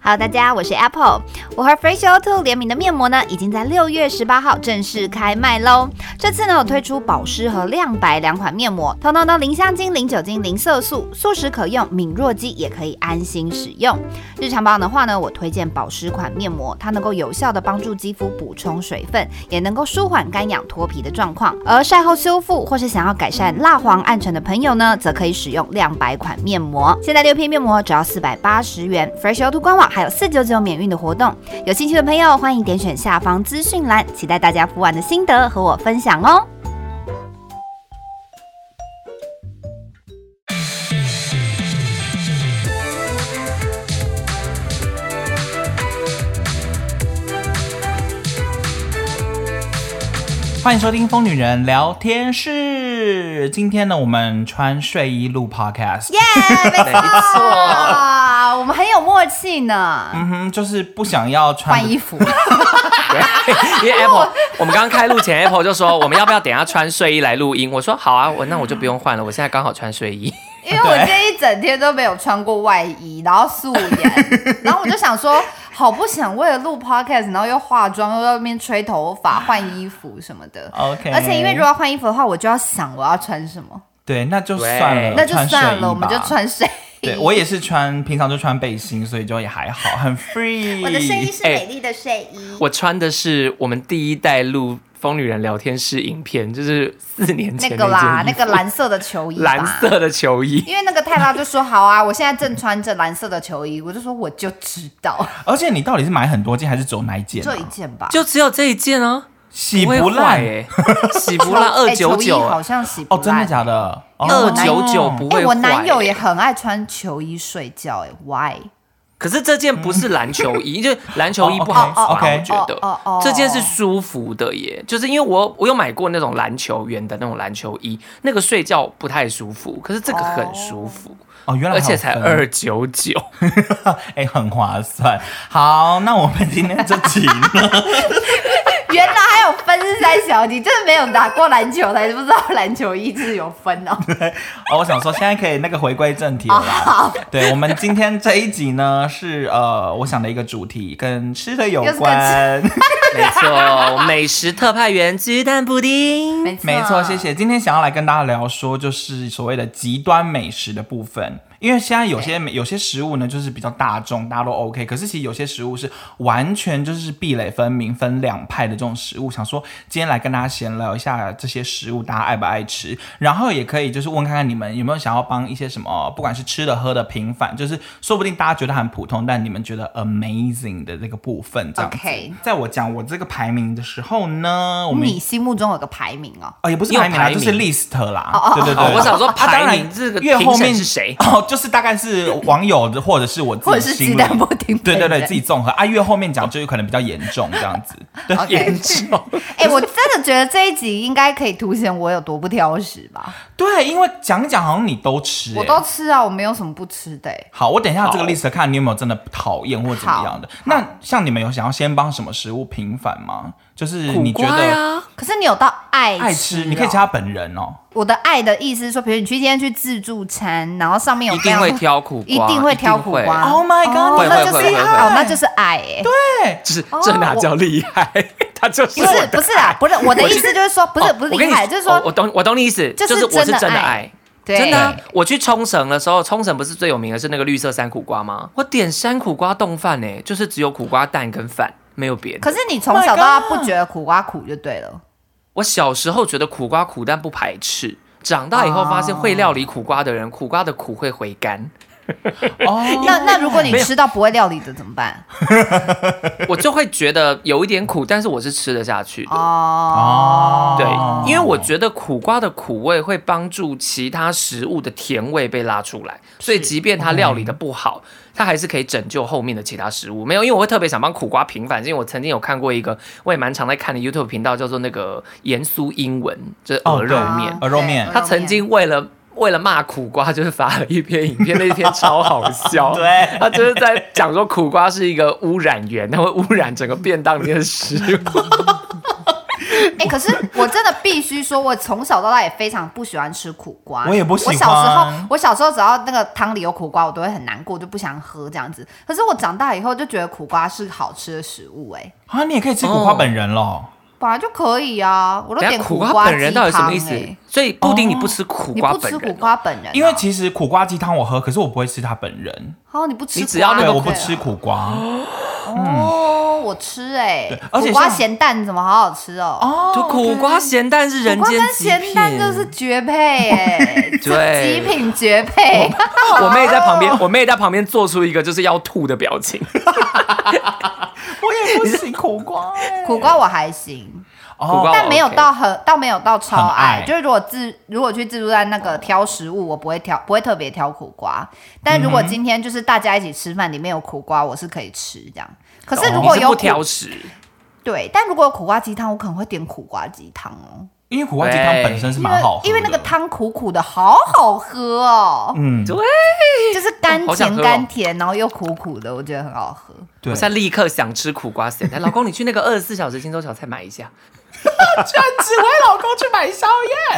Hello，大家，我是 Apple。我和 Facial Two 联名的面膜呢，已经在六月十八号正式开卖喽。这次呢，我推出保湿和亮白两款面膜，通通都零香精、零酒精、零色素，素食可用，敏弱肌也可以安心使用。日常保养的话呢，我推荐保湿款面膜，它能够有效的帮助肌肤补充水分，也能够舒缓干痒脱皮的状况。而晒后修复或是想要改善蜡黄暗沉的朋友呢，则可以使用亮白款面膜。现在六片面膜只要四百八十元，Fresh O2 官网还有四九九免运的活动，有兴趣的朋友欢迎点选下方资讯栏，期待大家敷完的心得和我分享哦。欢迎收听《疯女人聊天室》。今天呢，我们穿睡衣录 podcast。耶、没错，我们很有默契呢。嗯哼，就是不想要穿换衣服，对， 因为 Apple，我们刚刚开录前，Apple 就说我们要不要等一下穿睡衣来录音？我说好啊，我那我就不用换了，我现在刚好穿睡衣。 因为我今天一整天都没有穿过外衣，然后素颜，然后我就想说，好不想为了录 podcast，然后又化妆，又在那边吹头发、换衣服什么的。 OK。而且因为如果要换衣服的话，我就要想我要穿什么，对，那就算了，对那就算穿睡衣吧了，我们就。穿睡衣。对我也是穿，平常就穿背心，所以就也还好，很 free。我的睡衣是哎美丽的睡衣，我穿的是我们第一代录《疯女人聊天室》影片，就是四年那前个啦，那件衣服个蓝色的球衣吧，蓝色的球衣。因为那个泰拉就说好啊，我现在正穿着蓝色的球衣，我就说我就知道，而且你到底是买很多件还是只有哪一件、啊就？一件吧，就只有这一件哦，洗会不烂坏耶，洗不烂哎二九球衣九，啊好像洗不哦，烂真的假的？哦二我男九九哎、不会坏耶。欸我男友也很爱穿球衣睡觉、哎，why？可是这件不是篮球 衣，就篮球衣不哦好穿， ，OK，我觉哦哦哦得这件是舒服的耶，就是因为我我有买过那种篮球员的那种篮球衣，那个睡觉不太舒服，可是这个很舒服，哦，原来而且才还有分二九九， 哎、很划算。好，那我们今天这集呢，原来还有分是三小，你真的没有打过篮球才不知道篮球衣是有分哦。哦，我想说现在可以那个回归正题了啦。好，对我们今天这一集呢，是呃，我想的一个主题跟吃的有又是关，没错，美食特派员鸡蛋布丁，没错，啊没错，谢。谢。今天想要来跟大家聊说，就是所谓的极端美食的部分，因为现在有些有些食物呢，就是比较大众，大家都 OK，可是其实有些食物是完全就是壁垒分明、分两派的这种食物。想说今天来跟大家闲聊一下这些食物，大家爱不爱吃，然后也可以就是问看看你们有没有想要帮一些什么，不管是吃的、喝的、平凡，就是说不定大家觉得很普通，但你们觉得呃 amazing 的这个部分，这样子。 OK 在我讲我这个排名的时候呢，我们你心目中有个排名哦？哦，也不是你有排名啦，排就名是 list 啦。对对哦对，我想说啊当排然名这个越后评面审是谁 哦，就是大概是网友的，或者是我自或者己是心鸡里蛋布丁对对本对，人自己综合啊，越后面讲就有可能比较严重这样子。对 OK 严重，哎、我真的觉得这一集应该可以凸显我有多不挑食吧。 对，因为讲一讲好像你都吃、欸，我都吃啊，我没有什么不吃的、哎好，我等一下这个好 list 看你有没有真的讨厌或怎么样的。那像你们有想要先帮什么食物平反吗？就是你苦觉瓜得呀，可是你有到爱吃、爱吃，你可以哦吃他本人哦。我的爱的意思是说，比如你去今天去自助餐，然后上面有一定非会常挑苦瓜，一定会挑苦瓜。 Oh my god，哦你那会就是会会会哦，那就是爱哎、对，就是这哪叫厉 害？他就是不我是的不是啊，不是我的意思就是说，不是哦不是我跟厉你害，就是哦我说懂我懂你意思，就就是是我是真的真的爱爱，对真的啊。我去冲绳的时候，冲绳不是最有名的是那个绿色山苦瓜吗？我点山苦瓜冻饭呢，就是只有苦瓜蛋跟饭，没有别的。可是你从小到大不觉得苦瓜苦就对了，我小时候觉得苦瓜苦，但不排斥。长大以后发现会料理苦瓜的人，苦瓜的苦会回甘，哦，那那如果你没有吃到不会料理的怎么办？我就会觉得有一点苦，但是我是吃得下去的。哦，对，因为我觉。觉得苦瓜的苦味会帮助其他食物的甜味被拉出来，所以即便它料理的不好，它还是可以拯救后面的其他食物。没有，因为我会特别想帮苦瓜平反，是因为我曾经有看过一个我也蛮常在看的 YouTube 频道，叫做那个盐酥英文，就是哦鹅肉面。啊鹅肉面对他曾经为了为了骂苦瓜，就是发了一篇影片，那一篇超好笑。 对他就是在讲说苦瓜是一个污染源，它会污染整个便当里面的食物。哎、可是我真的必须说，我从小到大也非常不喜欢吃苦瓜。我也不喜欢我小时候，我小时候只要那个汤里有苦瓜，我都会很难过，就不想喝这样子。可是我长大以后就觉得苦瓜是好吃的食物、哎，啊，你也可以吃苦瓜本人咯。本来就可以啊，我都等点下苦瓜本人鸡到底什么汤意思哎？所以布丁你不吃苦你瓜不本吃人哦、苦瓜本人啊、因为其实苦瓜鸡汤我喝，可是我不会吃它本人。哦，你不吃你瓜，只要那对，个我啊不吃苦 瓜。嗯哦，我吃哎、对而且苦瓜像咸蛋怎么好好吃哦？哦就苦瓜咸蛋是人苦瓜间跟极品，咸蛋就是绝配哎、 这对极品绝配。我妹在旁边，我妹在旁边做出一个就是要吐的表情。我也不行苦瓜、欸，苦瓜我还行，苦瓜哦，我但没有 OK 到很，倒没有到超很爱。爱就是如果自如果去自助餐那个挑食物，我不会挑，不会特别挑苦瓜。但嗯如果今天就是大家一起吃饭，里面有苦瓜，我是可以吃这样。可是如哦你果是有不苦、挑食，对，但如果有苦瓜鸡汤，我可能会点苦瓜鸡汤哦，因为苦瓜鸡汤本身是因为蛮好喝的因为那个汤苦苦的，好好喝哦，嗯，就是甘好想甜喝哦甘甜，然后又苦苦的，我觉得很好喝。对 我现在立刻想吃苦瓜咸蛋。老公，你去那个二十四小时荆州小菜买一下。指挥老公去买宵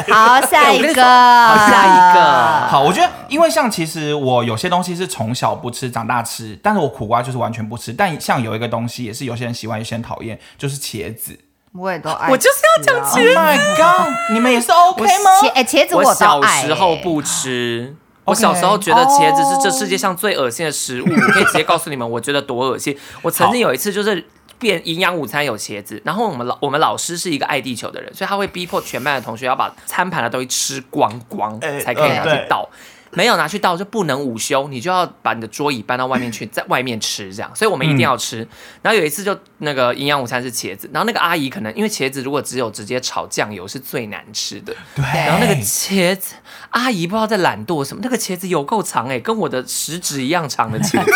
夜。好，下 哎一我跟你个，说好下一个好，我觉得，因为像其实我有些东西是从小不吃，长大吃，但是我苦瓜就是完全不吃。但像有一个东西也是有些人喜欢，有些人讨厌，就是茄子。 我也都爱吃啊，我就是要讲茄 Oh my god！你们也是 OK 吗？茄哎、茄子我我小都爱、时候哎不吃。 OK 我小时候觉得茄子是这哦世界上最恶心的食物，我可以直接告诉你们，我觉得多恶心。我曾经有一次就是变营养午餐有茄子，然后我们老我们老师是一个爱地球的人，所以他会逼迫全班的同学要把餐盘的东西吃光光哎才可以呃拿去对倒。没有拿去倒就不能午休，你就要把你的桌椅搬到外面去，在外面吃这样。所以我们一嗯定要吃。然后有一次就那个营养午餐是茄子，然后那个阿姨可能因为茄子如果只有直接炒酱油是最难吃的，对，然然后那个茄子，阿姨不知道在懒惰什么，那个茄子有够长哎、跟我的食指一样长的茄子，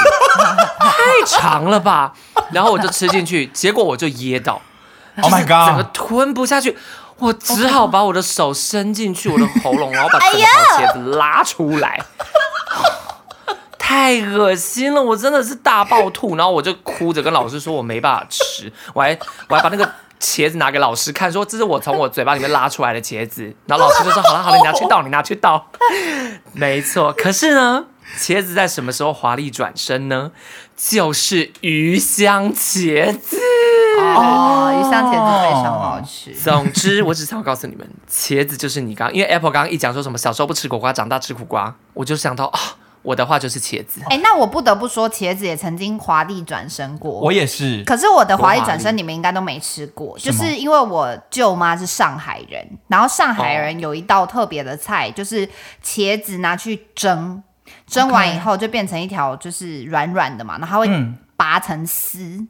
太长了吧？然后我就吃进去，结果我就噎到 Oh my 就是整个 god！吞不下去，我只好把我的手伸进去我的喉咙，然后把哎整条茄子拉出来。 太恶心了，我真的是大爆吐，然后我就哭着跟老师说，我没办法吃，我还我还把那个茄子拿给老师看，说这是我从我嘴巴里面拉出来的茄子，然后 老师就说好了好了，你拿去倒，你拿去倒。没错，可是呢，茄子在什么时候华丽转身呢？就是鱼香茄子。哦，鱼香茄子非常好吃。总之，我只想告诉你们， 茄子就是你刚，因为 Apple 刚刚一讲说什么小时候不吃苦瓜，长大吃苦瓜，我就想到啊、我的话就是茄子。哎、那我不得不说，茄子也曾经华丽转身过。我也是。可是我的华丽转身你们应该都没吃过，就什么是因为我舅妈是上海人，然后上海人有一道特别的菜，就是茄子拿去蒸，蒸完以后就变成一条就是软软的嘛，然后它会嗯拔成丝。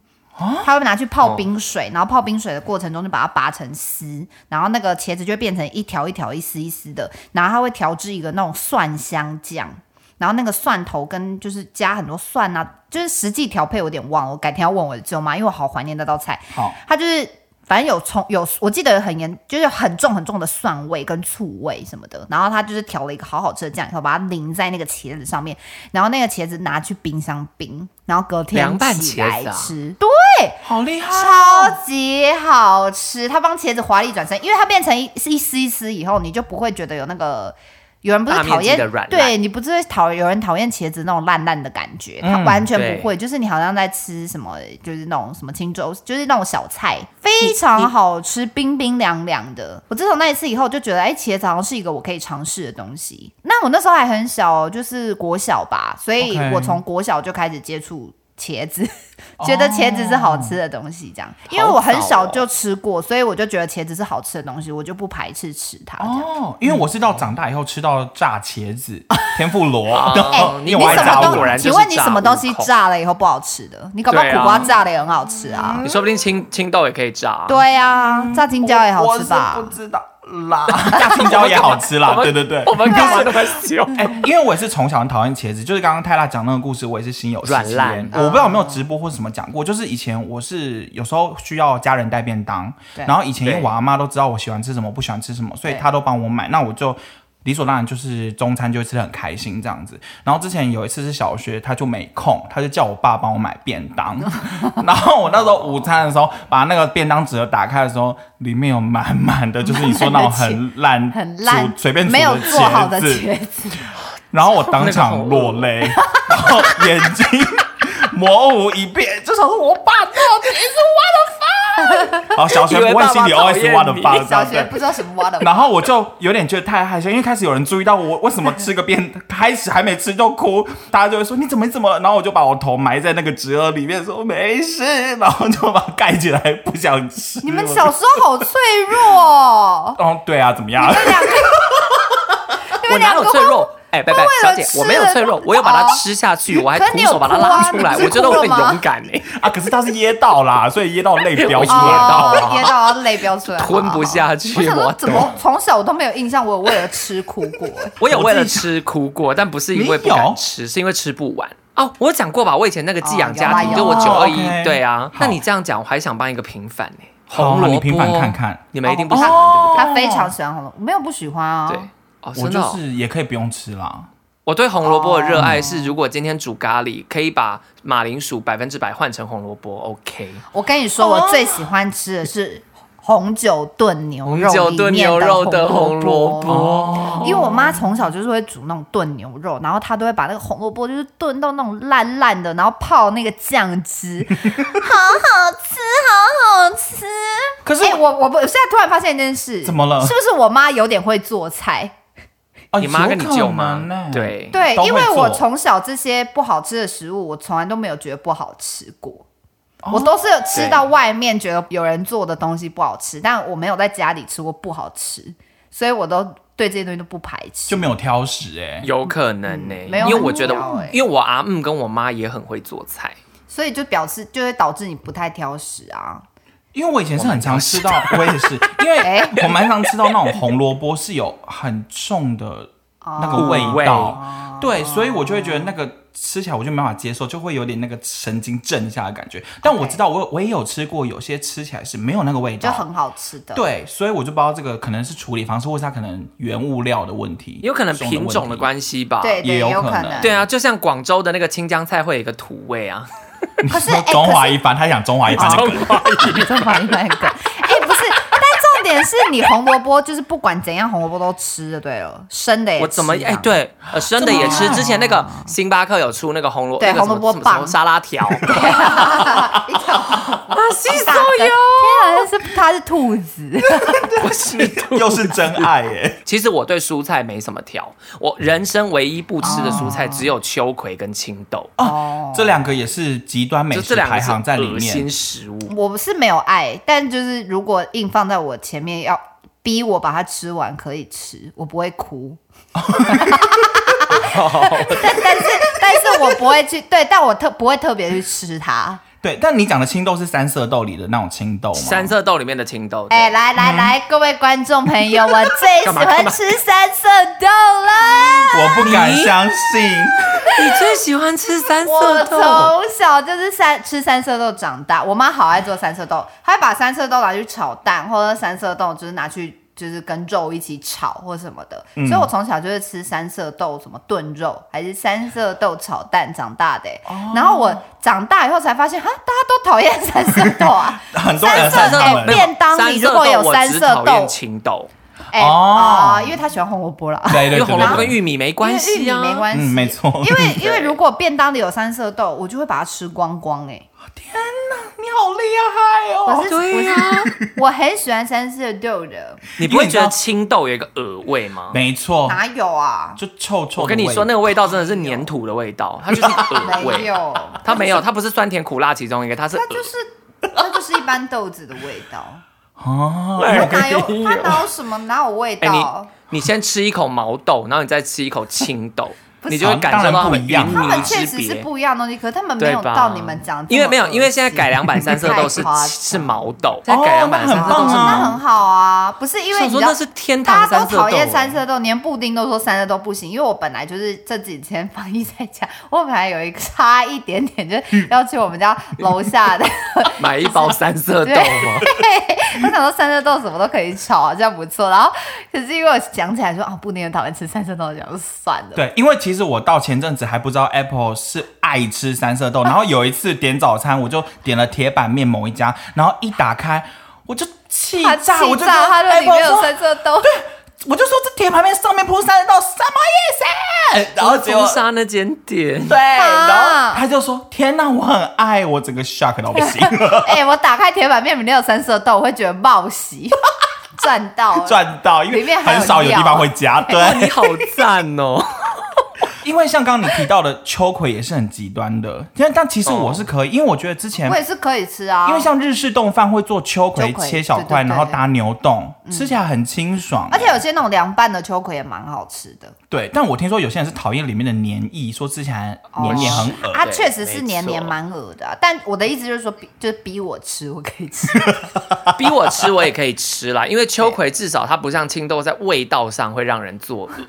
它会拿去泡冰水，然后泡冰水的过程中就把它拔成丝，然后那个茄子就会变成一条一条、一丝一丝的，然后它会调制一个那种蒜香酱，然后那个蒜头跟就是加很多蒜啊，就是实际调配我有点忘了，我改天要问我的舅妈，因为我好怀念那道菜。好，它就是反正有葱有，我记得很严，就是很重很重的蒜味跟醋味什么的。然后它就是调了一个好好吃的酱，以后把它淋在那个茄子上面，然后那个茄子拿去冰箱冰，然后隔天凉拌起茄来子啊吃，对，好厉害哦超级好吃。它帮茄子华丽转身，因为它变成一一丝一丝以后，你就不会觉得有那个。有人不是大面讨厌积的软烂对你不是会讨有人讨厌茄子那种烂烂的感觉，它嗯完全不会，就是你好像在吃什么，就是那种什么青州，就是那种小菜，非常好吃，冰冰凉凉的。我自从那一次以后就觉得，哎，茄子好像是一个我可以尝试的东西。那我那时候还很小，就是国小吧，所以 OK 我从国小就开始接触茄子，觉得茄子是好吃的东西，这哦样，因为我很小就吃过，所以我就觉得茄子是好吃的东西，我就不排斥吃它。这样。哦，因为我是到长大以后吃到炸茄子、 天妇罗，哎、哦嗯你因为我爱什炸么物果东然就是请问你什么炸物东西控炸了以后不好吃的？你搞不好对啊苦瓜炸了也很好吃啊。你说不定青青豆也可以炸、啊。对啊，炸青椒也好我吃是吧不？知道啦， 炸青椒也 好吃啦，我对们对对。我们干嘛那么凶？哎、 因为我也是从小很讨厌茄子，就是刚刚泰拉讲那个故事，我也是心有戚戚软烂焉。我不嗯知道有没有直播或者什么讲过，就是以前我是有时候需要家人带便当，对然后以前因为对我阿妈都知道我喜欢吃什么，不喜欢吃什么，所以对她都帮我买，那我就。理所当然就是中餐就会吃的很开心这样子。然后之前有一次是小学，他就没空，他就叫我爸帮我买便 当。然后我那时候午餐的时候，把那个便当纸打开的时候，里面有满满的，就是你说那种很烂、 很烂煮，随便煮没有的做好的茄子茄子，然后我当场落 泪，然后眼睛模糊一片，就想说我爸到底是 what the fuck？然后小学不会心里以为爸爸讨 OS 厌你 what the fuck 这小样学对。不知道什么挖的。然后我就有点觉得太害羞，因为开始有人注意到我为什么吃个便，开始还没吃就哭，大家就会说你怎么你怎么了？然后我就把我头埋在那个纸盒里面，说没事， 然后就把它盖起来，不想吃。，你们小时候好脆弱哦 哦，对啊，怎么样你？们两个，你我们哪两有个脆会弱？哎，拜拜，为小了姐，吃我没有脆弱，我有把它吃下去，我还可是徒你有手把它拉出哭来，啊你不是我觉得我很哭了吗勇敢哎，啊，可是它是噎到啦，所以噎到啊泪飙出来。噎到哦噎到泪飙出来，吞不下我去，想我说，懂怎。么从小我都没有印象，我有为了吃哭 过。哎我有为了吃哭过，但不是因为不敢吃，是因为吃不完。哦，我有讲过吧，我以前那个寄养家哦有庭，啦就我有九二一哦，OK，对啊。好那你这样讲，我还想帮一个平反呢、好红萝你卜，平反看看你们一定不哦喜欢，对他非常喜欢红萝卜，没有不喜欢啊不。对？对，哦，我真的就哦、是哦也可以不用吃啦。我对红萝卜的热爱是，如果今天煮咖喱，可以把马铃薯百分之百换成红萝卜，OK。我跟你说，我最喜欢吃的是红酒炖牛红肉，酒炖牛肉的红萝卜。哦卜，因为我妈从小就是会煮那种炖牛肉，然后她都会把那个红萝卜就是炖到那种烂烂的，然后泡那个酱 汁，好好吃，好好吃。可是哎、我我不，我现在突然发现一件事，怎么了是不是我妈有点会做菜？哦，你妈跟你舅妈有可能欸，对对都，会因为我做从小这些不好吃的食物，我从来都没有觉得不好吃过。我都是吃到外面觉得有人做的东西不好吃，但我没有在家里吃过不好吃，所以我都对这些东西都不排斥就。没有挑食哎、有可能呢、嗯没有因为很我觉得无聊欸，因为我阿姆跟我妈也很会做菜，所以就表示就会导致你不太挑食啊。因为我以前是很常吃到，我也是，因为 哎我蛮常吃到那种红萝卜是有很重的那个哦味道，对，所以我就会觉得那个吃起来我就没办法接受，就会有点那个神经震一下的感觉。但我知道我有我也有吃过，有些吃起来是没有那个味就道。很好吃的。，哦对，所以我就不知道这个可能是处理方式，或是它可能原物料的问题，有可能品种的系。关系吧。对对，也有有可可能能。对 啊，就像广州的那个青江菜会有一个土味 啊，你可是说哎中可华是一番，他想中华一番那个梗，这蛮一般的梗。 哎、不是，但重点是你红萝卜就是不管怎样红萝卜都吃的，对了，生的也吃。啊我怎么这哎、样对，呃，生的也吃。之前那个星巴克有出那个红萝对那个什么红萝卜什么什么棒沙 拉条，一条巴西手游，天啊，是它是兔子，不是 吐又是真爱耶！ 其实我对蔬菜没什么挑，我人生唯一不吃的蔬菜只有秋葵跟青豆， 哦这两个也是极端美就这食两排个是行在里恶面心。食物。我是没有爱，但就是如果硬放在我前面要。逼我把它吃完可以吃，我不会 哭。但但是但是我不会去对，但我特不会特别去吃它。对，但你讲的青豆是三色豆里的那种青豆吗？三色豆里面的青豆， 对嗯哎、来来来，各位观众朋友，我最喜干嘛干欢嘛吃三色豆了。我不敢相信。你最喜欢吃三我从小就是三吃三色豆长大，我妈好爱做三色豆，她会把三色豆拿去炒蛋，或者三色豆就是拿去就是跟肉一起炒或什么的，所以我从小就是吃三色豆什么炖肉，还是三色豆炒蛋长大的欸、然后我长大以后才发现，哈，大家都讨厌三色豆啊，很多人三三色色豆豆哎便当里如果有三色豆三我只讨厌青豆，哎、哦啊因为她喜欢红萝卜啦，对因对对为红萝卜对跟对，玉米没关系因为玉米没啊。关系、嗯，没错。因为因为如果便当里有三色豆，我就会把它吃光光哎、你好厉害我哦！是、对啊呀我是我很喜欢三色豆的， 你不会觉得青豆有一个恶味吗？没哦错，哪有啊？就臭臭。我跟你说，那，个味道真的是粘土的味道，它就是恶 没味。有，它没有，它不是酸甜苦辣其中一个，它是恶它就是它就是一般豆子的味道，它哦，哪 有它哪有什么哪有味哎、道？你你先吃一口毛豆，然后你再吃一口青豆，不你是就会感受到他们云他泥们确之实是别。不一样的东西，可是他们没有对吧到你们讲这么恶心，因为没有，因为现在改良版三色豆是太夸张是毛 豆，现在改良版那很三色豆棒是啊那毛豆。很好啊，不是因为你想知说道那是天大堂家三都色豆讨欸，厌三色豆，连布丁都说三色豆不行。因为我本来就是这几天防疫在家， 我本来有一个差一点点， 就是要去我们家楼下的，买一包三色豆吗？ 我想说三色豆什么都可以炒，好像不错。然后可是因为我想起来说啊，布丁很讨厌吃三色豆，我想说算了。对，因为其实我到前阵子还不知道 Apple 是爱吃三色豆，然后有一次点早餐，我就点了铁板面某一家，然后一打开我就气他气炸，我就跟哎炸，他说里 Apple 面有说，三色豆，我就说这铁板面上面铺三色豆什么哎意思？然后结朱果砂那间 店，对，然啊后他就说天哪，我很爱，我整个 shock 到不 行，哎、我打开铁板面里面有三色豆，我会觉得冒喜， 赚到了。 赚到，因里为面还有很少有地料方会加，对。你好赞哦！因为像刚刚你提到的秋葵也是很极端的，但但其实哦我是可以，因为我觉得之前我也是可以吃啊，因为像日式冻饭会做秋葵秋葵切小块，对对对嗯然后搭牛冻，吃起来很清爽。而且有些那种凉拌的秋葵也蛮好吃的，对，但我听说有些人是讨厌里面的黏液，说吃起来黏黏很恶。哦它对确实是没黏黏错蛮恶的啊、但我的意思就是说，逼就是逼我吃，我可以 吃。逼我吃我也可以吃啦，因为秋葵至少它不像青豆在味道上会让人作恶，哦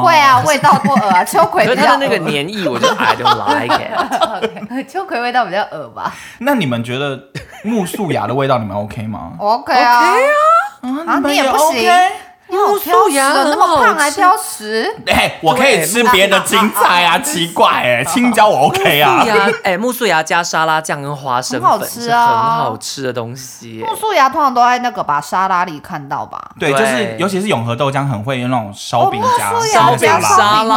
不会啊，味道不 恶啊，秋葵可比是较它的那个恶黏液我就 I don't like it。 OK，秋葵味道比较恶吧那你们觉得木素雅的味道你们 OK 吗？我？OK 啊， 啊，你们你也不 OK？行，你好挑食哦，那么胖还挑食，哎，我可以吃别的青菜啊，奇怪 哎，青椒我 OK 啊对。呀，哎，木素芽加沙拉酱跟花生很好粉吃是很啊好吃的东西哎耶木。素芽通常都在那个吧沙拉里看到吧。对，对就是尤其是永和豆浆很会有那种烧哦，饼木夹素芽烧饼加沙烧饼很好吃拉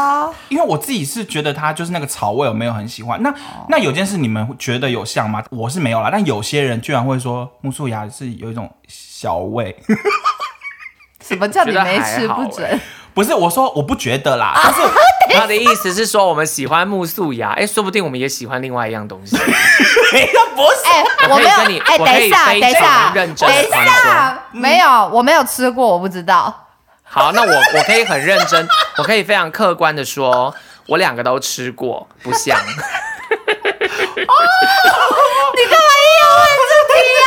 啊，因为我自己是觉得它就是那个草味，我没有很喜欢。那、那有件事你们觉得有像吗？我是没有啦，但有些人居然会说木素芽是有一种小味，什么叫你觉得没还吃好不欸准？不是我说我不觉得啦，但是他的意思是说我们喜欢木素芽，哎，说不定我们也喜欢另外一样东西。 不是。哎、我可以没有，跟你哎、我等可一以下，非等一常下，认真地等一跟你说下，没有，我没有吃过，我不知道。 好，那我我可以很认真，我可以非常客观的说，我两个都吃过，不像。 你干嘛硬要问这题啊？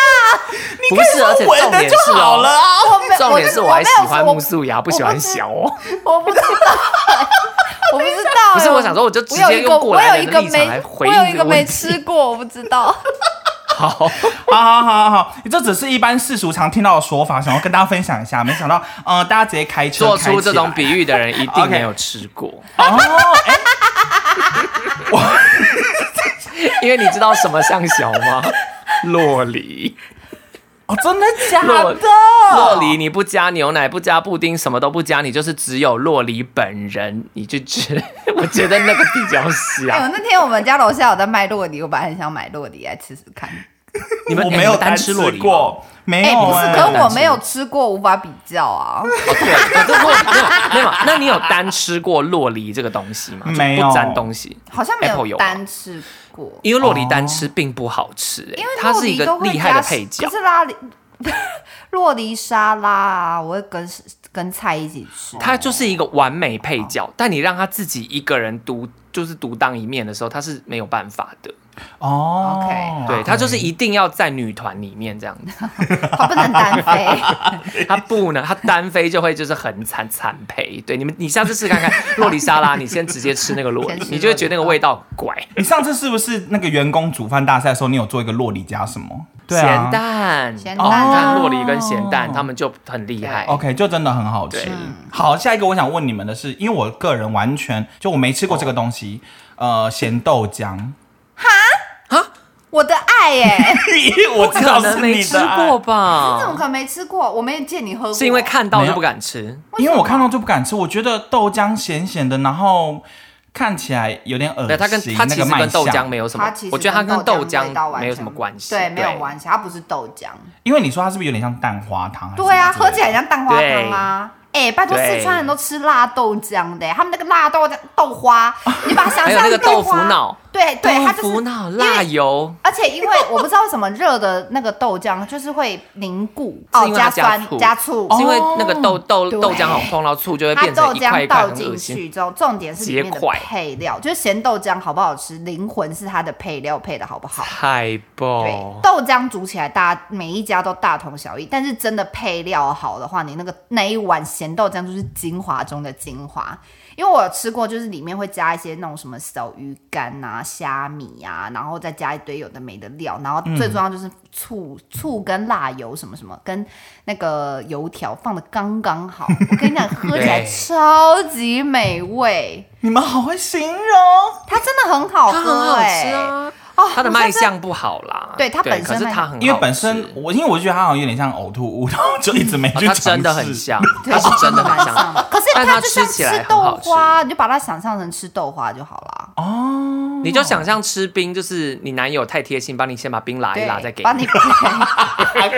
不是，而且重闻的点就是好了哦，啊。我没，重点是我我还喜欢木我素芽，不喜欢 小哦。我不知道，我不知道。不是，我想说，我就直我有接一个，用过我来有一人个的立场来没，回我应有一这个没问题。吃过，我不知 道。好，好好好好好，这只是一般世俗常听到的说法，想要跟大家分享一下。没想到，呃，大家直接开车做开起出这种来比喻的人一 OK 定没有吃过， 哦，哎、因为你知道什么像小吗？ 洛梨，哦，真的假洛的？哦洛梨，你不加牛奶，不加布丁，什么都不加，你就是只有洛梨本人，你去吃。 我觉得那个比较哎、我像。那天我们家楼下有在卖洛梨，我本来很想买洛梨来吃吃看。你们我哎没有你们单吃吃洛梨吗过，没哎、啊有、不是，哎可是我没有吃过，无法比较啊。哦，对，可是我没有没有，那你有单吃过洛梨这个东西吗？就没有不沾东西，好像没 Apple 有有吗单吃过，因为洛梨单吃并不好吃、哎因为它洛是一梨个都会厉害的加配角可。是拉梨 洛梨沙拉啊，我会跟跟菜一起 吃。它就是一个完美配角，哦但你让他自己一个人独就是独当一面的时候，他是没有办法的。哦 OK 对他就是一定要在女团里面这样子，它不能单 飞。他不能他单飞就会就是很惨惨赔。对你们，你下次试看看洛梨沙拉，你先直接吃那个洛先梨吃，你就会觉得那个味道怪。你上次是不是那个员工煮饭大赛的时候，你有做一个洛梨加什么？对咸啊蛋，咸哦蛋你看哦洛梨跟咸蛋，他们就很厉害。 ，OK，就真的很好吃对。好，下一个我想问你们的是，因为我个人完全就我没吃过这个东西，呃，咸豆浆， 我的爱耶、我可知道是能没你吃的爱过怎么吧？可能没吃过？我没有见你喝过，嗯是因为看到就不敢吃，因为我看到就不敢吃，我觉得豆浆咸咸的，然后看起来有点恶心，对它跟它那其个实卖跟豆相浆没有什么它其，实我觉得它跟豆味道浆完没有全什么关系，对，没有关系，它不是豆浆。因为你说它是不是有点像蛋花汤还是什么之对类的？啊，喝起来像蛋花汤啊。哎、拜托，对四川人都吃辣豆浆的、他们那个辣豆浆豆花，你把它想 还有象那个是豆豆花腐脑，对对，它就豆腐是脑辣油，而且因为我不知道为什么热的那个豆浆就是会凝固 是哦，因为加它加酸醋哦加醋，是因为那个豆豆对豆浆好像碰到醋就会它变豆成一块浆一块，倒很进恶心。去之后，重点是里面的结块配料，就是咸豆浆好不好吃，灵魂是它的配料配的好不好。太对，哦棒！豆浆 煮起来大家每一家都大同小异，但是真的配料好的话，你那个那一碗咸豆浆就是精华中的精华。因为我有吃过，就是里面会加一些那种什么小鱼干啊、虾米啊，然后再加一堆有的没的料，然后最重要就是醋、醋跟辣油什么什么，跟那个油条放的刚刚好。我跟你讲，喝起来对超级美味，你们好会形容，它真的很好它很喝好哎、吃啊，哦，我现它的在卖相不好啦。对它本身可是卖它很好吃，因为本身我因为我就觉得它好像有点像呕吐物，然后就一直没哦去它尝试。真的很像，对它是真的很蛮像。的。可是但它它就像吃起来吃很豆好吃花，你就把它想象成吃豆花就好啦。哦，你就想象吃冰，就是你男友太贴心，帮你先把冰拉一对拉，再给帮 你，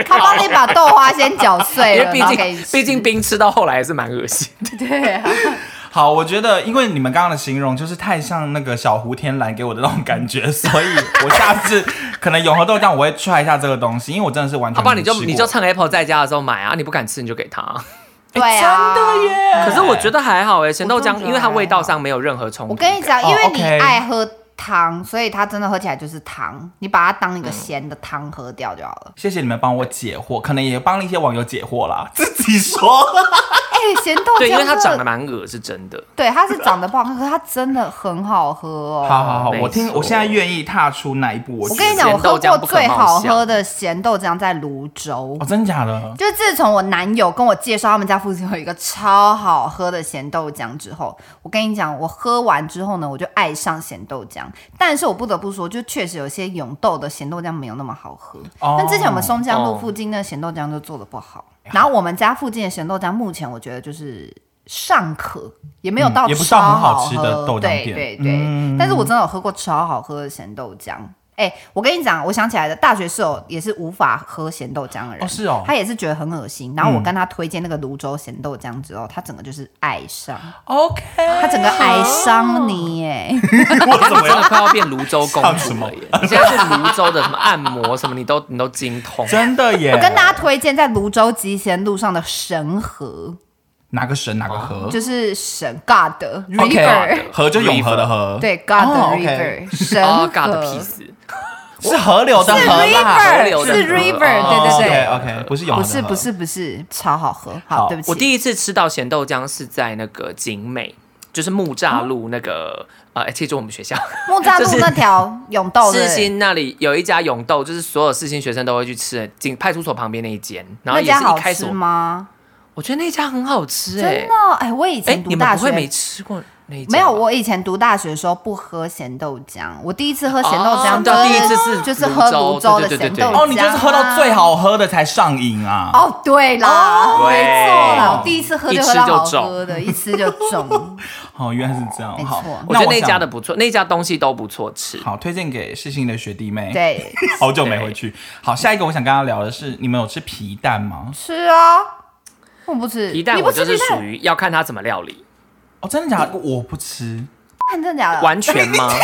他帮你把豆花先搅碎因为了，毕然后给你竟吃毕竟哎冰吃到后来还是蛮恶心 的。对啊，好，我觉得因为你们刚刚的形容就是太像那个小胡天蓝给我的那种感觉，所以我下次可能永和豆浆我会 try 一下这个东西，因为我真的是完全好啊不没好？有嗯吃你过。就你就趁 Apple 在家的时候买啊，你不敢吃你就给他。对啊，真的。耶！可是我觉得还好哎，咸豆我真的浆觉得因为它味道上没有任何冲突。我跟你讲，哦因为你 OK 爱喝汤，所以它真的喝起来就是汤，你把它嗯当一个咸的汤喝掉就好了。谢谢你们帮我解惑，可能也帮了一些网友解惑啦。自己 说，哎，咸豆浆对，因为它真的长得蛮恶，是真的。对，它是长得不好看，可是它真的很好喝哦。好好好，我没听，错我现在愿意踏出那一步。我我觉跟你得讲，我咸豆喝浆过不可最好貌相喝的咸豆浆在泸州哦，。真的假的？就是自从我男友跟我介绍他们家附近有一个超好喝的咸豆浆之后，我跟你讲，我喝完之后呢，我就爱上咸豆浆。但是我不得不说，就确实有些永豆的咸豆浆没有那么好喝。哦但之前我们松江路哦附近的咸豆浆就做的不好。然后我们家附近的咸豆浆，目前我觉得就是尚可，也没有嗯到也不超算很好好吃的喝豆浆对店嗯对对，但是我真的有喝过超好喝的咸豆浆。哎、我跟你讲，我想起来了，大学室友也是无法喝咸豆浆的人，哦是哦他也是觉得很恶心。然后我跟他推荐那个泸州咸豆浆之后，他整个就是爱上，嗯 OK，他整个爱上你哎， 哦我怎 么真样？的快要变泸州 公像什主么了耶！你现在是泸州的什么按摩什么，你都你都精通。真的耶！我跟大家推荐在泸州集贤路上的神河，哪个神哪个河哦就是神 God River，、 ？OK，河就永和的河， 对 God 哦 River、神河哦，God 的 peace，是河流的河啦。河流 River 的是河 River，哦对对对。 ，OK，不是永和不的河是不，是不是，超好喝。好好，对不起，我第一次吃到咸豆浆是在那个景美，就是木哦栅路那个、呃，其实我们学校木栅就路是那条永豆 世的，新那里有一家永豆，就是所有世新学生都会去吃的，景派出所旁边那一间。然那后也家是一好开始吃我，吗？我觉得那家很好吃哎、真的，哎，我以哎、前读你们大不会学没吃过那一家吧？没有，我以前读大学的时候不喝咸豆浆，我第一次喝咸豆哦浆对就是第一次是就是泸喝州泸州的对对对咸对豆对浆哦，你就是喝到最啊。好喝的才上瘾啊！哦，对啦，对没错啦，我第一次喝一就吃喝到就好中喝的，一吃就中。哦，原来是这样，没好错，我觉得那想家的不错，那家东西都不错吃。好推荐给世新的学弟妹。，对， 好久没回去。好，下一个我想跟他聊的是，你们有吃皮蛋吗？吃啊，我不吃，皮蛋你我不就吃是皮属蛋，于要看它怎么料理，哦，真的假的？我不吃。蛋真的假的？完全吗？哎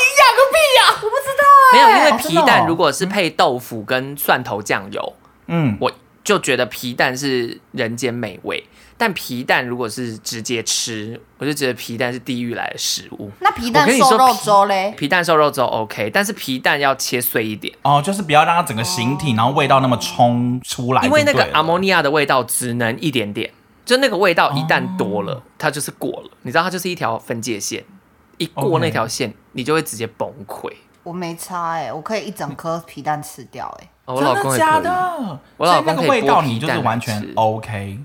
我不知道没有，因哎哦为真皮的哦蛋如果是配豆腐跟蒜头酱油，嗯，我就觉得皮蛋是人间美味。但皮蛋如果是直接吃，我就觉得皮蛋是地狱来的食物。那皮我蛋跟你说瘦肉皮粥嘞？皮蛋瘦肉粥 OK，但是皮蛋要切碎一点，哦，就是不要让它整个形哦体，然后味道那么冲出来就因对为了，那个阿莫尼亚的味道只能一点点，就那个味道一旦多哦了，它就是过了，你知道它就是一条分界线，一过 OK 那条线你就会直接崩溃。我没差哎，我可以一整颗皮蛋吃掉哎，哦我真老公的也可假以，的？我老所以那公个可以味剥道皮你就是蛋完来全吃 OK。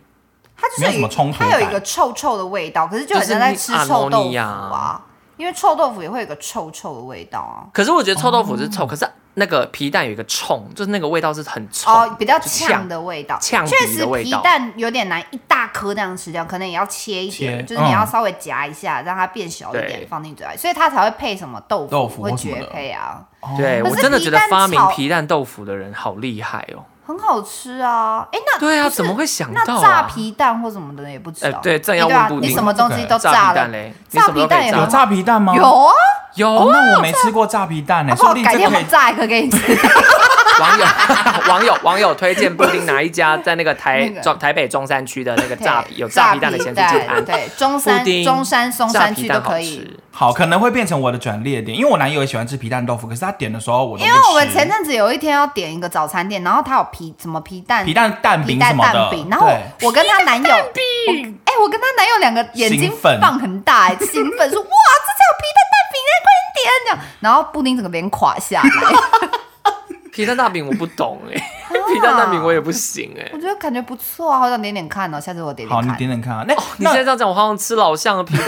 它就没有是什么冲突它有一感个臭臭的味道，可是就很像在吃就是那臭豆阿莫尼腐亚啊啊，因为臭豆腐也会有一个臭臭的味道啊。可是我觉得臭豆腐是哦臭，可是那个皮蛋有一个冲，就是那个味道是很冲，哦，比较就呛的味道，呛确鼻实的味皮道蛋有点难，一大颗这样吃掉，可能也要切一点，切就是你嗯要稍微夹一下，让它变小一点对放进嘴里，所以它才会配什么豆腐豆腐会或什么绝的配啊。哦对可我是真的皮觉得蛋发明炒皮蛋豆腐的人好厉害哦！很好吃啊！哎，那对啊，不是怎么会想那到、啊、炸？皮蛋或什么的也不知哎道。对正要哎对啊问布你丁什么东西都炸炸皮蛋了。嘞？你什炸皮么都可以蛋也有炸皮蛋吗？有啊，有哦，啊，那我没吃过炸皮蛋呢、那欸说我不定改这天可我以。炸一个给你吃。网友 网友网友推荐布丁哪一家在那个台那个中台北中山区的那个 炸皮有炸炸皮蛋的咸酥蛋鸡摊，对，中山布丁中山松炸山皮区都蛋好可以。吃。好，可能会变成我的转捩点，因为我男友也喜欢吃皮蛋豆腐，可是他点的时候我都因不为我们前阵阵子有一天要点一个早餐店，然后他有皮什么皮蛋皮蛋蛋皮饼蛋什么蛋的，饼，然后对我我跟她男友，我哎、我跟她男友两个眼睛兴奋放很大、 哎兴奋说哇，这才有皮蛋蛋饼哎，快点点这样，然后布丁整个脸垮下 来，皮蛋大饼我不懂哎、皮蛋大饼我也不行哎、我觉得感觉不错啊，好想点点看哦，下次我点好，点你看。哦点点 看啊。那、你现在那这样讲，我好想吃老巷的皮蛋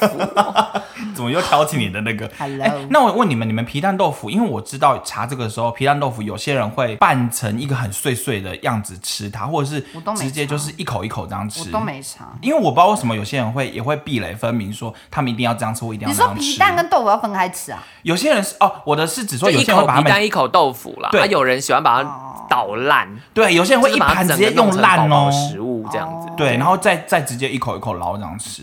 豆腐哦。怎么又挑起你的那个？ Hello，、哎、那我问你们，你们皮蛋豆腐，因为我知道查这个时候，皮蛋豆腐有些人会拌成一个很碎碎的样子吃它，或者是我都没直接查就是一口一口这样吃。我都没尝。因为我不知道为什么有些人会也会壁垒分明，说他们一定要这样吃，我一定你要这说样吃。皮蛋跟豆腐要分开吃啊？有些人是哦，我的是指就说有一些人口会把它皮们蛋一口豆腐啦，对啊，有人喜欢把它捣烂，对，有些人就会是一把它盘直整个接弄用成烂薄薄哦的，食物这样哦子。对，然后再再直接一口一口捞这样吃。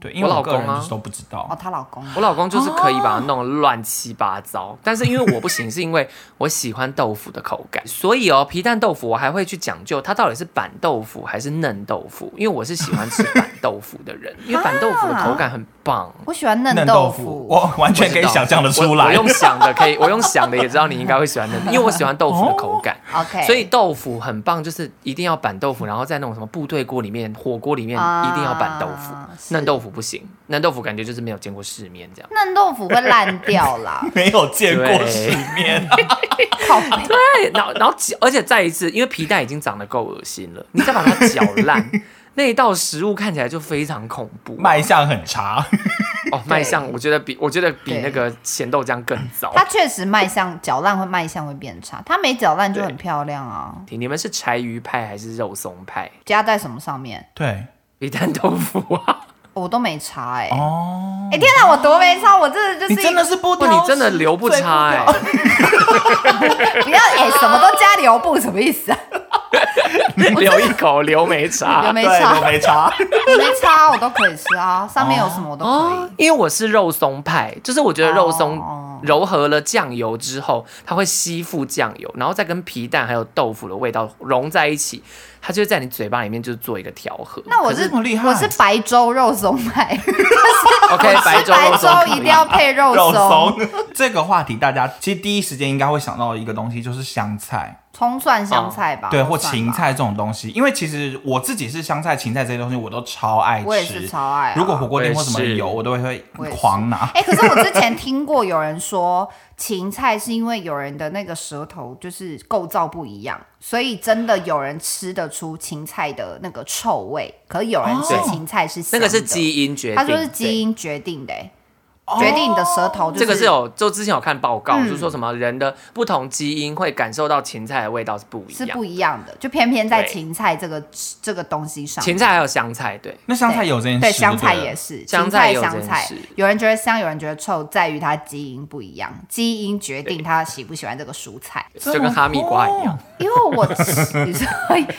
对，因为我我老个人公啊就是都不知道。哦，她老公我老公就是可以把它弄得乱七八糟，但是因为我不行，是因为我喜欢豆腐的口感，所以哦，皮蛋豆腐我还会去讲究它到底是板豆腐还是嫩豆腐，因为我是喜欢吃板豆腐的人，因为板豆腐的口感很棒。我喜欢嫩嫩豆豆腐腐，，我完全可以想象的出我来我。用想的可以，我用想的也知道你应该会喜欢嫩，因为我喜欢豆腐的口感。哦 OK，所以豆腐很棒，就是一定要板豆腐，然后在那种什么部队锅里面、火锅里面啊一定要板豆腐，是嫩豆腐不行，嫩豆腐感觉就是没有见过世面这样。嫩豆腐会烂掉 啦。没有见过世面，啊靠北对，然后然后搅而且再一次，因为皮蛋已经长得够恶心了，你再把它搅 烂，那一道食物看起来就非常恐怖。卖相很差。哦，卖相我觉得比我觉得比对那个咸豆浆更糟。它确实卖相搅烂会卖相会变差，它没搅烂就很漂亮啊。你们是柴鱼派还是肉松派？ 加在什么上面？对，皮蛋豆腐啊！我都没查哎、欸。哎、哦，天哪，我多没查，我真的就是你真的是不不，挑食，你真的留不差哎、 不要 哎、什么都加留步，什么意思啊？留一口留 没留差。没对，差都，没差。我没差，我都可以吃啊，上面有什么我都可以。哦，因为我是肉松派，就是我觉得肉哦松柔和了酱油之后，它会吸附酱油，然后再跟皮蛋还有豆腐的味道融在一起，它就会在你嘴巴里面就做一个调和。那我可是是这么厉害我是白粥肉松 派， OK，白粥白肉松粥可以一定要配 肉肉松，松这个话题，大家其实第一时间应该会想到一个东西，就是香菜。葱蒜香菜吧，哦对，我或啊算吧芹，菜这种东西，因为其实我自己是香菜、芹菜这些东西我都超爱吃，我也是超爱啊如果火锅店或什么我也是有，我都会我也是狂拿。哎、可是我之前听过有人说，芹菜是因为有人的那个舌头就是构造不一样，所以真的有人吃得出芹菜的那个臭味，可是有人吃哦芹菜是香那的个是，基因决定，他说是基因。因决定的、哎哦决定你的舌头、就这个是有，就之前有看报告，嗯就说什么人的不同基因会感受到芹菜的味道是不一是样。不一样的，就偏偏在对芹菜这个这个东西上，芹菜还有香菜，对，那香菜有这件事，对香菜不也是，香芹菜有香真菜是，有人觉得香，有人觉得臭，在于它基因不一样，基因决定他喜不喜欢这个蔬菜。就跟哈密瓜一哦样，因为我吃，你知 道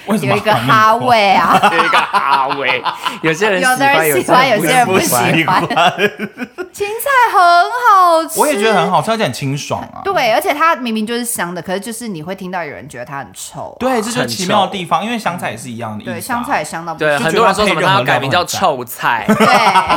为什么有一个哈味啊，有一个哈味，有些人有的人喜喜欢，欢，有些人不喜有些人啊不欢。芹菜很好吃，我也觉得很。好吃，而且很清爽啊。对，而且它明明就是香的，可是就是你会听到有人觉得它很臭啊、对，这就是很奇妙的臭地方，因为香菜也是一样的意思啊。对，香菜也香到不对，行。就很觉多得人说什么配任他要何改料名都叫很赞臭菜，对，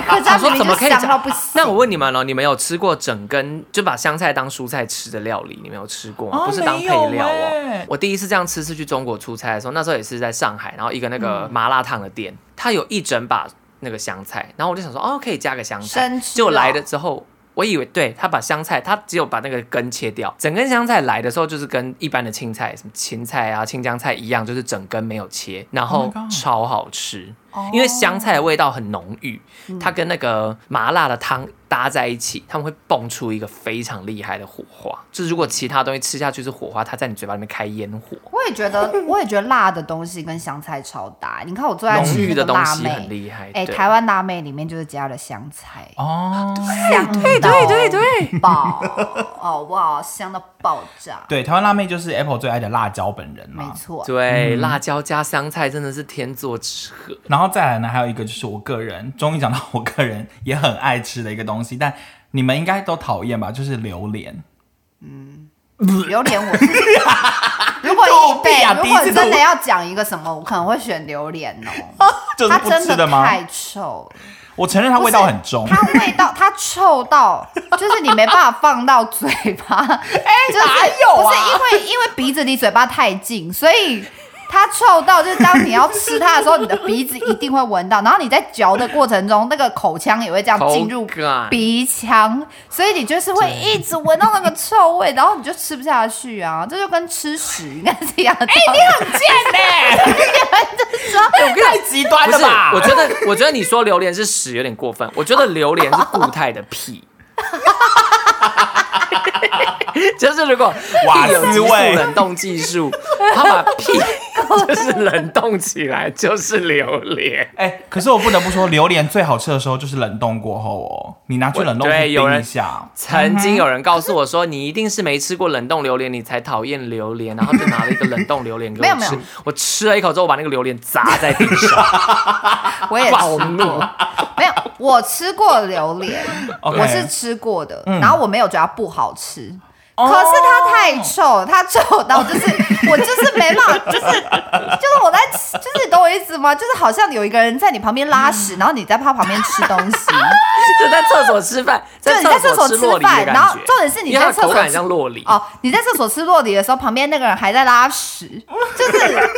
可是它想说明明怎么就可以香这到样不行。那我问你们哦，你们有吃过整根就把香菜当蔬菜吃的料理？你们有吃过吗？啊不是当配料没有哦欸。我第一次这样吃是去中国出差的时候，那时候也是在上海，然后一个那个麻辣烫的店，它有一整把那个香菜，然后我就想说哦，可以加个香菜生。吃哦结果来了之后。我以为对他把香菜，他只有把那个根切掉，整根香菜来的时候就是跟一般的青菜，什么芹菜啊、青江菜一样，就是整根没有切，然后 Oh my god 超好吃。因为香菜的味道很浓郁，它跟那个麻辣的汤搭在一起，它们会蹦出一个非常厉害的火花。就是如果其他东西吃下去是火花，它在你嘴巴里面开烟火。我也觉得，我也觉得辣的东西跟香菜超搭。你看我最爱浓吃郁那个的东辣西妹，很厉害，哎、对台湾辣妹里面就是加了香菜，哦，香对对对对， 爆，哦哇，香到爆炸，对，台湾辣妹就是 Apple 最爱的辣椒本人没嘛。错，对、辣椒加香菜真的是天作之合。然后再来呢，还有一个就是我个人，终于讲到我个人也很爱吃的一个东西，但你们应该都讨厌吧？就是榴莲。榴莲我是。 如果一狗屁对，啊如第一果次都真的要讲一个什么，我可能会选榴莲 哦。就是它不真吃的吗？太臭了，我承认它味道很重，它味道它臭到，就是你没办法放到嘴巴。哎、就是哪有啊不是因为因为鼻子离嘴巴太近，所以。它臭到，就是当你要吃它的时候，你的鼻子一定会闻到，然后你在嚼的过程中，那个口腔也会这样口进入感鼻腔，所以你就是会一直闻到那个臭味，然后你就吃不下去啊，这就跟吃屎应该是一样的道理。哎、你很贱呢、太极端不是，我觉得，我觉得你说榴莲是屎有点过分。我觉得榴莲是固态的屁， 就是如果哇屁有滋激素味冷冻技术，他把屁 就是冷冻起来就是榴莲。哎、可是我不得不说，榴莲最好吃的时候就是冷冻过后哦，你拿去冷冻对库有冰人一下。哦曾经有人告诉我说，你一定是没吃过冷冻榴莲，你才讨厌榴莲，然后就拿了一个冷冻榴莲给没有我没有吃。我吃了一口之后，我把那个榴莲砸在地上，我也吃暴过，怒。没有，我吃过榴莲 OK 哦我是吃过的，然后我没有觉得它不好吃。可是它太臭，它臭到就是我就是没办法，就是就是我在吃，就是你懂我意思吗？就是好像有一个人在你旁边拉屎，然后你在他旁边吃东 西，就在厕所吃饭，就是你在厕所吃吃洛梨的饭，感然后觉重点是你因为它在厕的所口感吃像洛梨，哦，你在厕所吃落地的时候，旁边那个人还在拉屎，就是就是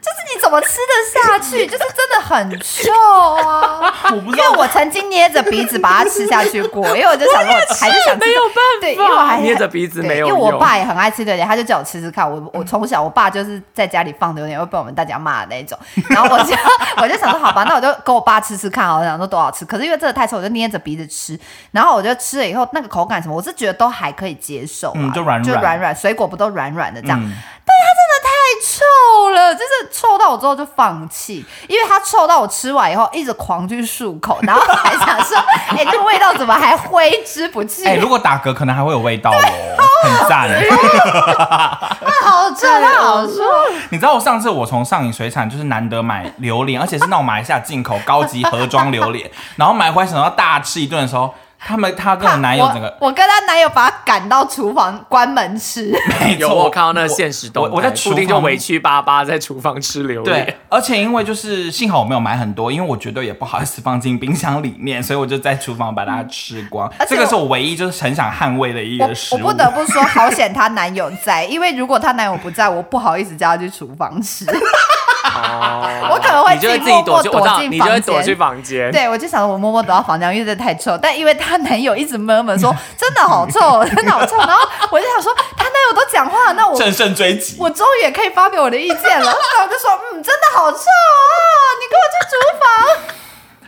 就是你怎么吃得下去？就是真的很臭啊！我不因知为道，我曾经捏着鼻子把它吃下去过，因为我就想说，我还是想吃， 没有办法，对，因为我还捏着鼻子对没有因为我用爸也很爱吃榴莲，他就叫我吃吃看。我我从小我爸就是在家里放榴莲会被我们大家骂的那种，然后我就 我就想说，好吧，那我就跟我爸吃吃看啊好了，我想说多好吃。可是因为这个太臭，我就捏着鼻子吃，然后我就吃了以后，那个口感什么，我是觉得都还可以接受啊嗯，就软软就软软，水果不都软软的这样，太臭了，就是臭到我之后就放弃，因为它臭到我吃完以后一直狂去漱口，然后还想说， 哎、这个味道怎么还挥之不去？啊哎、如果打嗝可能还会有味道哦，啊很赞。它好臭，它好臭，你知道我上次我从上影水产就是难得买榴莲，而且是那种马来西亚进口高级盒装榴莲，然后买回来想要大吃一顿的时候，他们他跟我男友整个我我跟她男友把她赶到厨房关门吃，没有错，我看到那个现实动态，我我在厨布丁就房委屈巴巴在厨房吃榴对莲。，而且因为就是幸好我没有买很多，因为我绝对也不好意思放进冰箱里面，所以我就在厨房把它吃嗯光而。且这我个是我唯一就是很想捍卫的一我个食我物。不得不说，好险她男友在，因为如果她男友不在，我不好意思叫她去厨房吃，哦 我可能会你就会自自己默己默躲去，我知躲道进你就会房躲间去房间。对，我就想我默默躲到房间，因为 这太臭。但因为她男友一直闷闷 说，真的好臭，真的好臭。然后我就想说，她男友都讲话了，那我乘胜追击，我终于也可以发表我的意见了。 然后我就说，嗯，真的好臭啊！你跟我去厨房。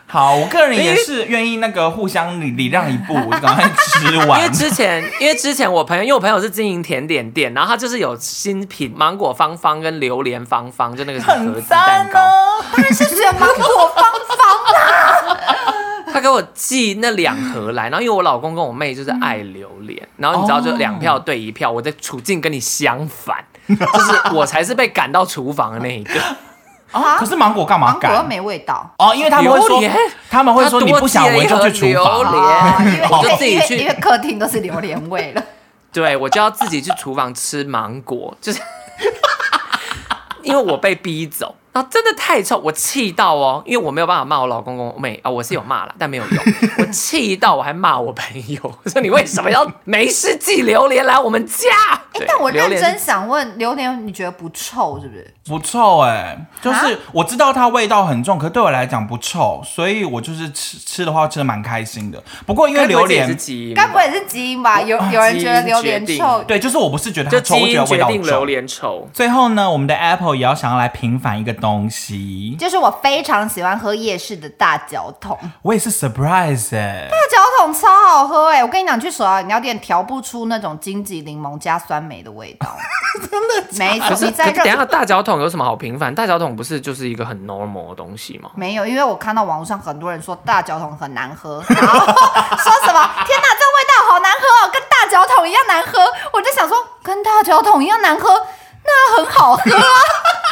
好，我个人也是愿意那个互相礼礼让一 步，我就赶快吃因为完。之前，因为之前我朋友，因为我朋友是经营甜点店，然后他就是有新品芒果芳芳跟榴莲芳芳，就那个什么盒子蛋啊糕，哦！当 然是选芒果芳芳啦。他给我寄那两盒来，然后因为我老公跟我妹就是爱榴莲，然后你知道就两票哦对一票，我的处境跟你相反，就是我才是被赶到厨房的那一个。啊可是芒果干嘛芒果又干？没味道。哦，因为他们会榴说莲，他们会说他你多不想寄了闻一就盒去厨榴房莲。哦，因为我就自己因为去因为客厅都是榴莲味了。对我就要自己去厨房吃芒果，就是 因为我被逼走，然后真的太臭，我气到哦，因为我没有办法骂我老公跟我妹啊、我是有骂了，但没有用，我气到我还骂我朋友，我说你为什么要没事寄榴莲来我们家？ 对哎但我榴认莲真是想问，榴莲你觉得不臭是不是？不臭哎、就是啊哈我知道它味道很重，可对我来讲不臭，所以我就是吃吃的话吃的蛮开心的。不过因为该不会榴这也莲是，基因吧，该不会是基因吧？有有人觉得榴莲基因哦决臭，对，就是我不是觉得就它基臭，我觉因得味决道定榴重。莲哦臭。最后呢，我们的 Apple 也要想要来平反一个东西，就是我非常喜欢喝夜市的大脚桶，我也是 surprise 哎、大脚桶超好喝哎、我跟你讲，去手摇饮料店调不出那种荆棘柠檬加酸梅的味 道，真的没可错。是，你可再是等一热下大脚桶有什么好平凡？大脚桶不是就是一个很 normal 的东西吗？没有，因为我看到网络上很多人说大脚桶很难喝，然后说什么天哪，这味道好难喝哦，跟大脚桶一样难喝。我就想说，跟大脚桶一样难喝，那很好喝啊。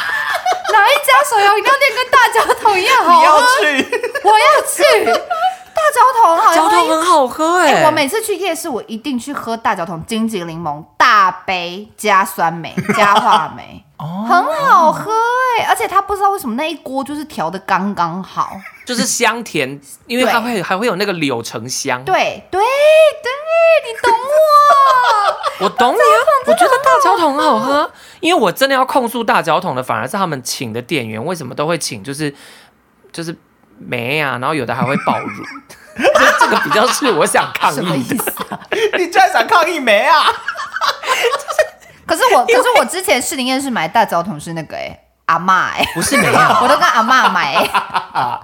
哪一家手摇饮料店跟大脚桶一样好啊你 喝？要去？ 我要去大脚桶，好像脚桶很好喝哎、哎、我每次去夜市，我一定去喝大脚桶金桔柠檬大杯加酸梅加话 梅，哦很好喝哎、而且它不知道为什么那一锅就是调的刚刚好，就是 香甜，因为对它会还会有那个柳橙香。，对对对，你懂我，我懂你啊，我觉得大脚桶很好哦喝，因为我真的要控诉大脚桶的，反而是他们请的店员为什么都会请，就是就是梅啊，然后有的还会爆乳， 这这个比较是我想抗 什么议意的。思？你居然想抗议没啊？可是我，可是我之前士林夜市买大脚桶是那个哎、阿嬷哎、不是梅啊，我都跟阿嬷买、哎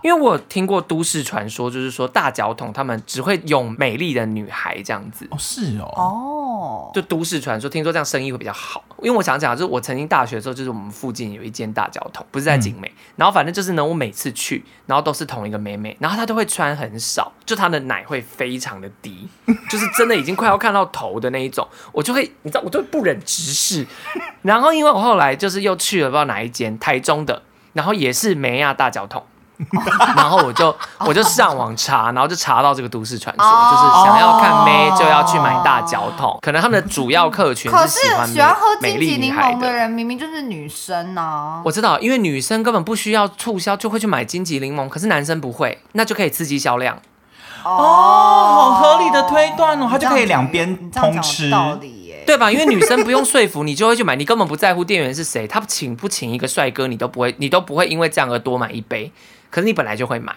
因为我有听过都市传说，就是说大脚桶他们只会用美丽的女孩这样子。哦，是哦。 哦，就都市传说，听说这样生意会比较好。因为我想讲，就是我曾经大学的时候，就是我们附近有一间大脚桶，不是在景美，然后反正就是呢，我每次去，然后都是同一个妹妹，然后她都会穿很少，就她的奶会非常的低，就是真的已经快要看到头的那一种，我就会，你知道，我都会不忍直视。然后因为我后来就是又去了不知道哪一间台中的，然后也是梅亚大脚 桶。然后我就我就上网查，然后就查到这个都市传说，哦就是想要看妹就要去买大脚桶，可能他们的主要客 群可是是喜欢喜欢喝美金丽桔女柠孩檬的。人，明明就是女生啊呐、我知道，因为女生根本不需要促销就会去买金桔柠檬，可是男生不会，那就可以刺激销量。哦，好合理的推断哦，它你这就样可讲以两有边你这样通讲有吃。道理耶。对吧？因为女生不用说服你就会去买，你根本不在乎店员是谁，他请不请一个帅哥，你都不会，你都不会因为这样而多买一杯。可是你本来就会买，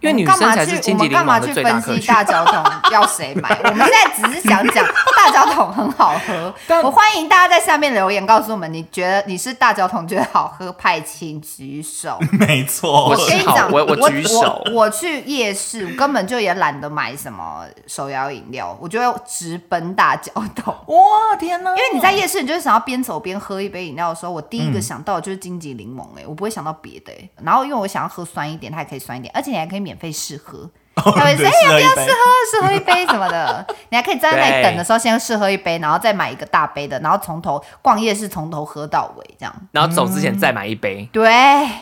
因为女生才是金桔柠我们干嘛檬去的最大分客析群。大脚 桶要谁买？我们现在只是想讲大脚桶很好 喝，但我欢迎大家在下面留言告诉我们，你觉得你是大脚桶觉得好喝派，请举 手。 没错，我跟你好讲，我我我举手我我去夜市，我根本就也懒得买什么手摇饮料，我就会直奔大脚桶。哇天哪！因因为你在夜市，你就是想要边走边喝一杯饮料的时候，我第一嗯个想到的就是荆棘柠檬、哎、我不会想到别的、哎。然后因为我想要喝酸一点，它也可以酸一点，而且你还可以免费试 喝，他会说对哎试要喝不一要杯试喝试喝一杯什么 的，你还可以站在那里等的时候先试喝一杯，然后再买一个大杯的，然后从头逛夜市从头喝到尾这样。然后走之前再买一杯。对，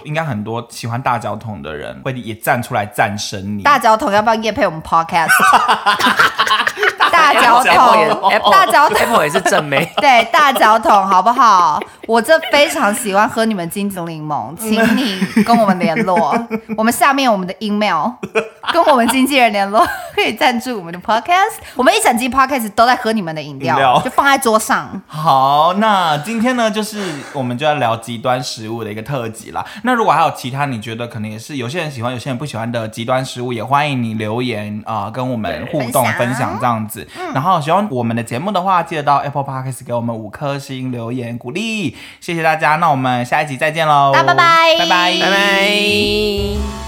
应该很多喜欢大脚桶的人会也站出来赞声你。大脚桶要不要夜配我们 podcast？大脚 Apple 也桶，大脚桶 Apple 也是正 妹。对大脚桶好不好？我这非常喜欢喝你们金桔柠嗯檬，请你跟我们联 络。我们下面我们的 email 跟我们经纪人联络， 可以赞助我们的 podcast。我们一整集 podcast 都在喝你们的饮料，饮料就放在桌上。好，那今天呢，就是我们就要聊极端食物的一个特辑啦。那如果还有其他你觉得可能也是有些人喜欢、有些人不喜欢的极端食物，也欢迎你留言啊、呃跟我们互动分享嗯分享这样子。然后喜欢我们的节目的话，记得到 Apple Podcast 给我们五颗星留言鼓励，谢谢大家。那我们下一集再见喽，大家拜拜拜拜，拜拜。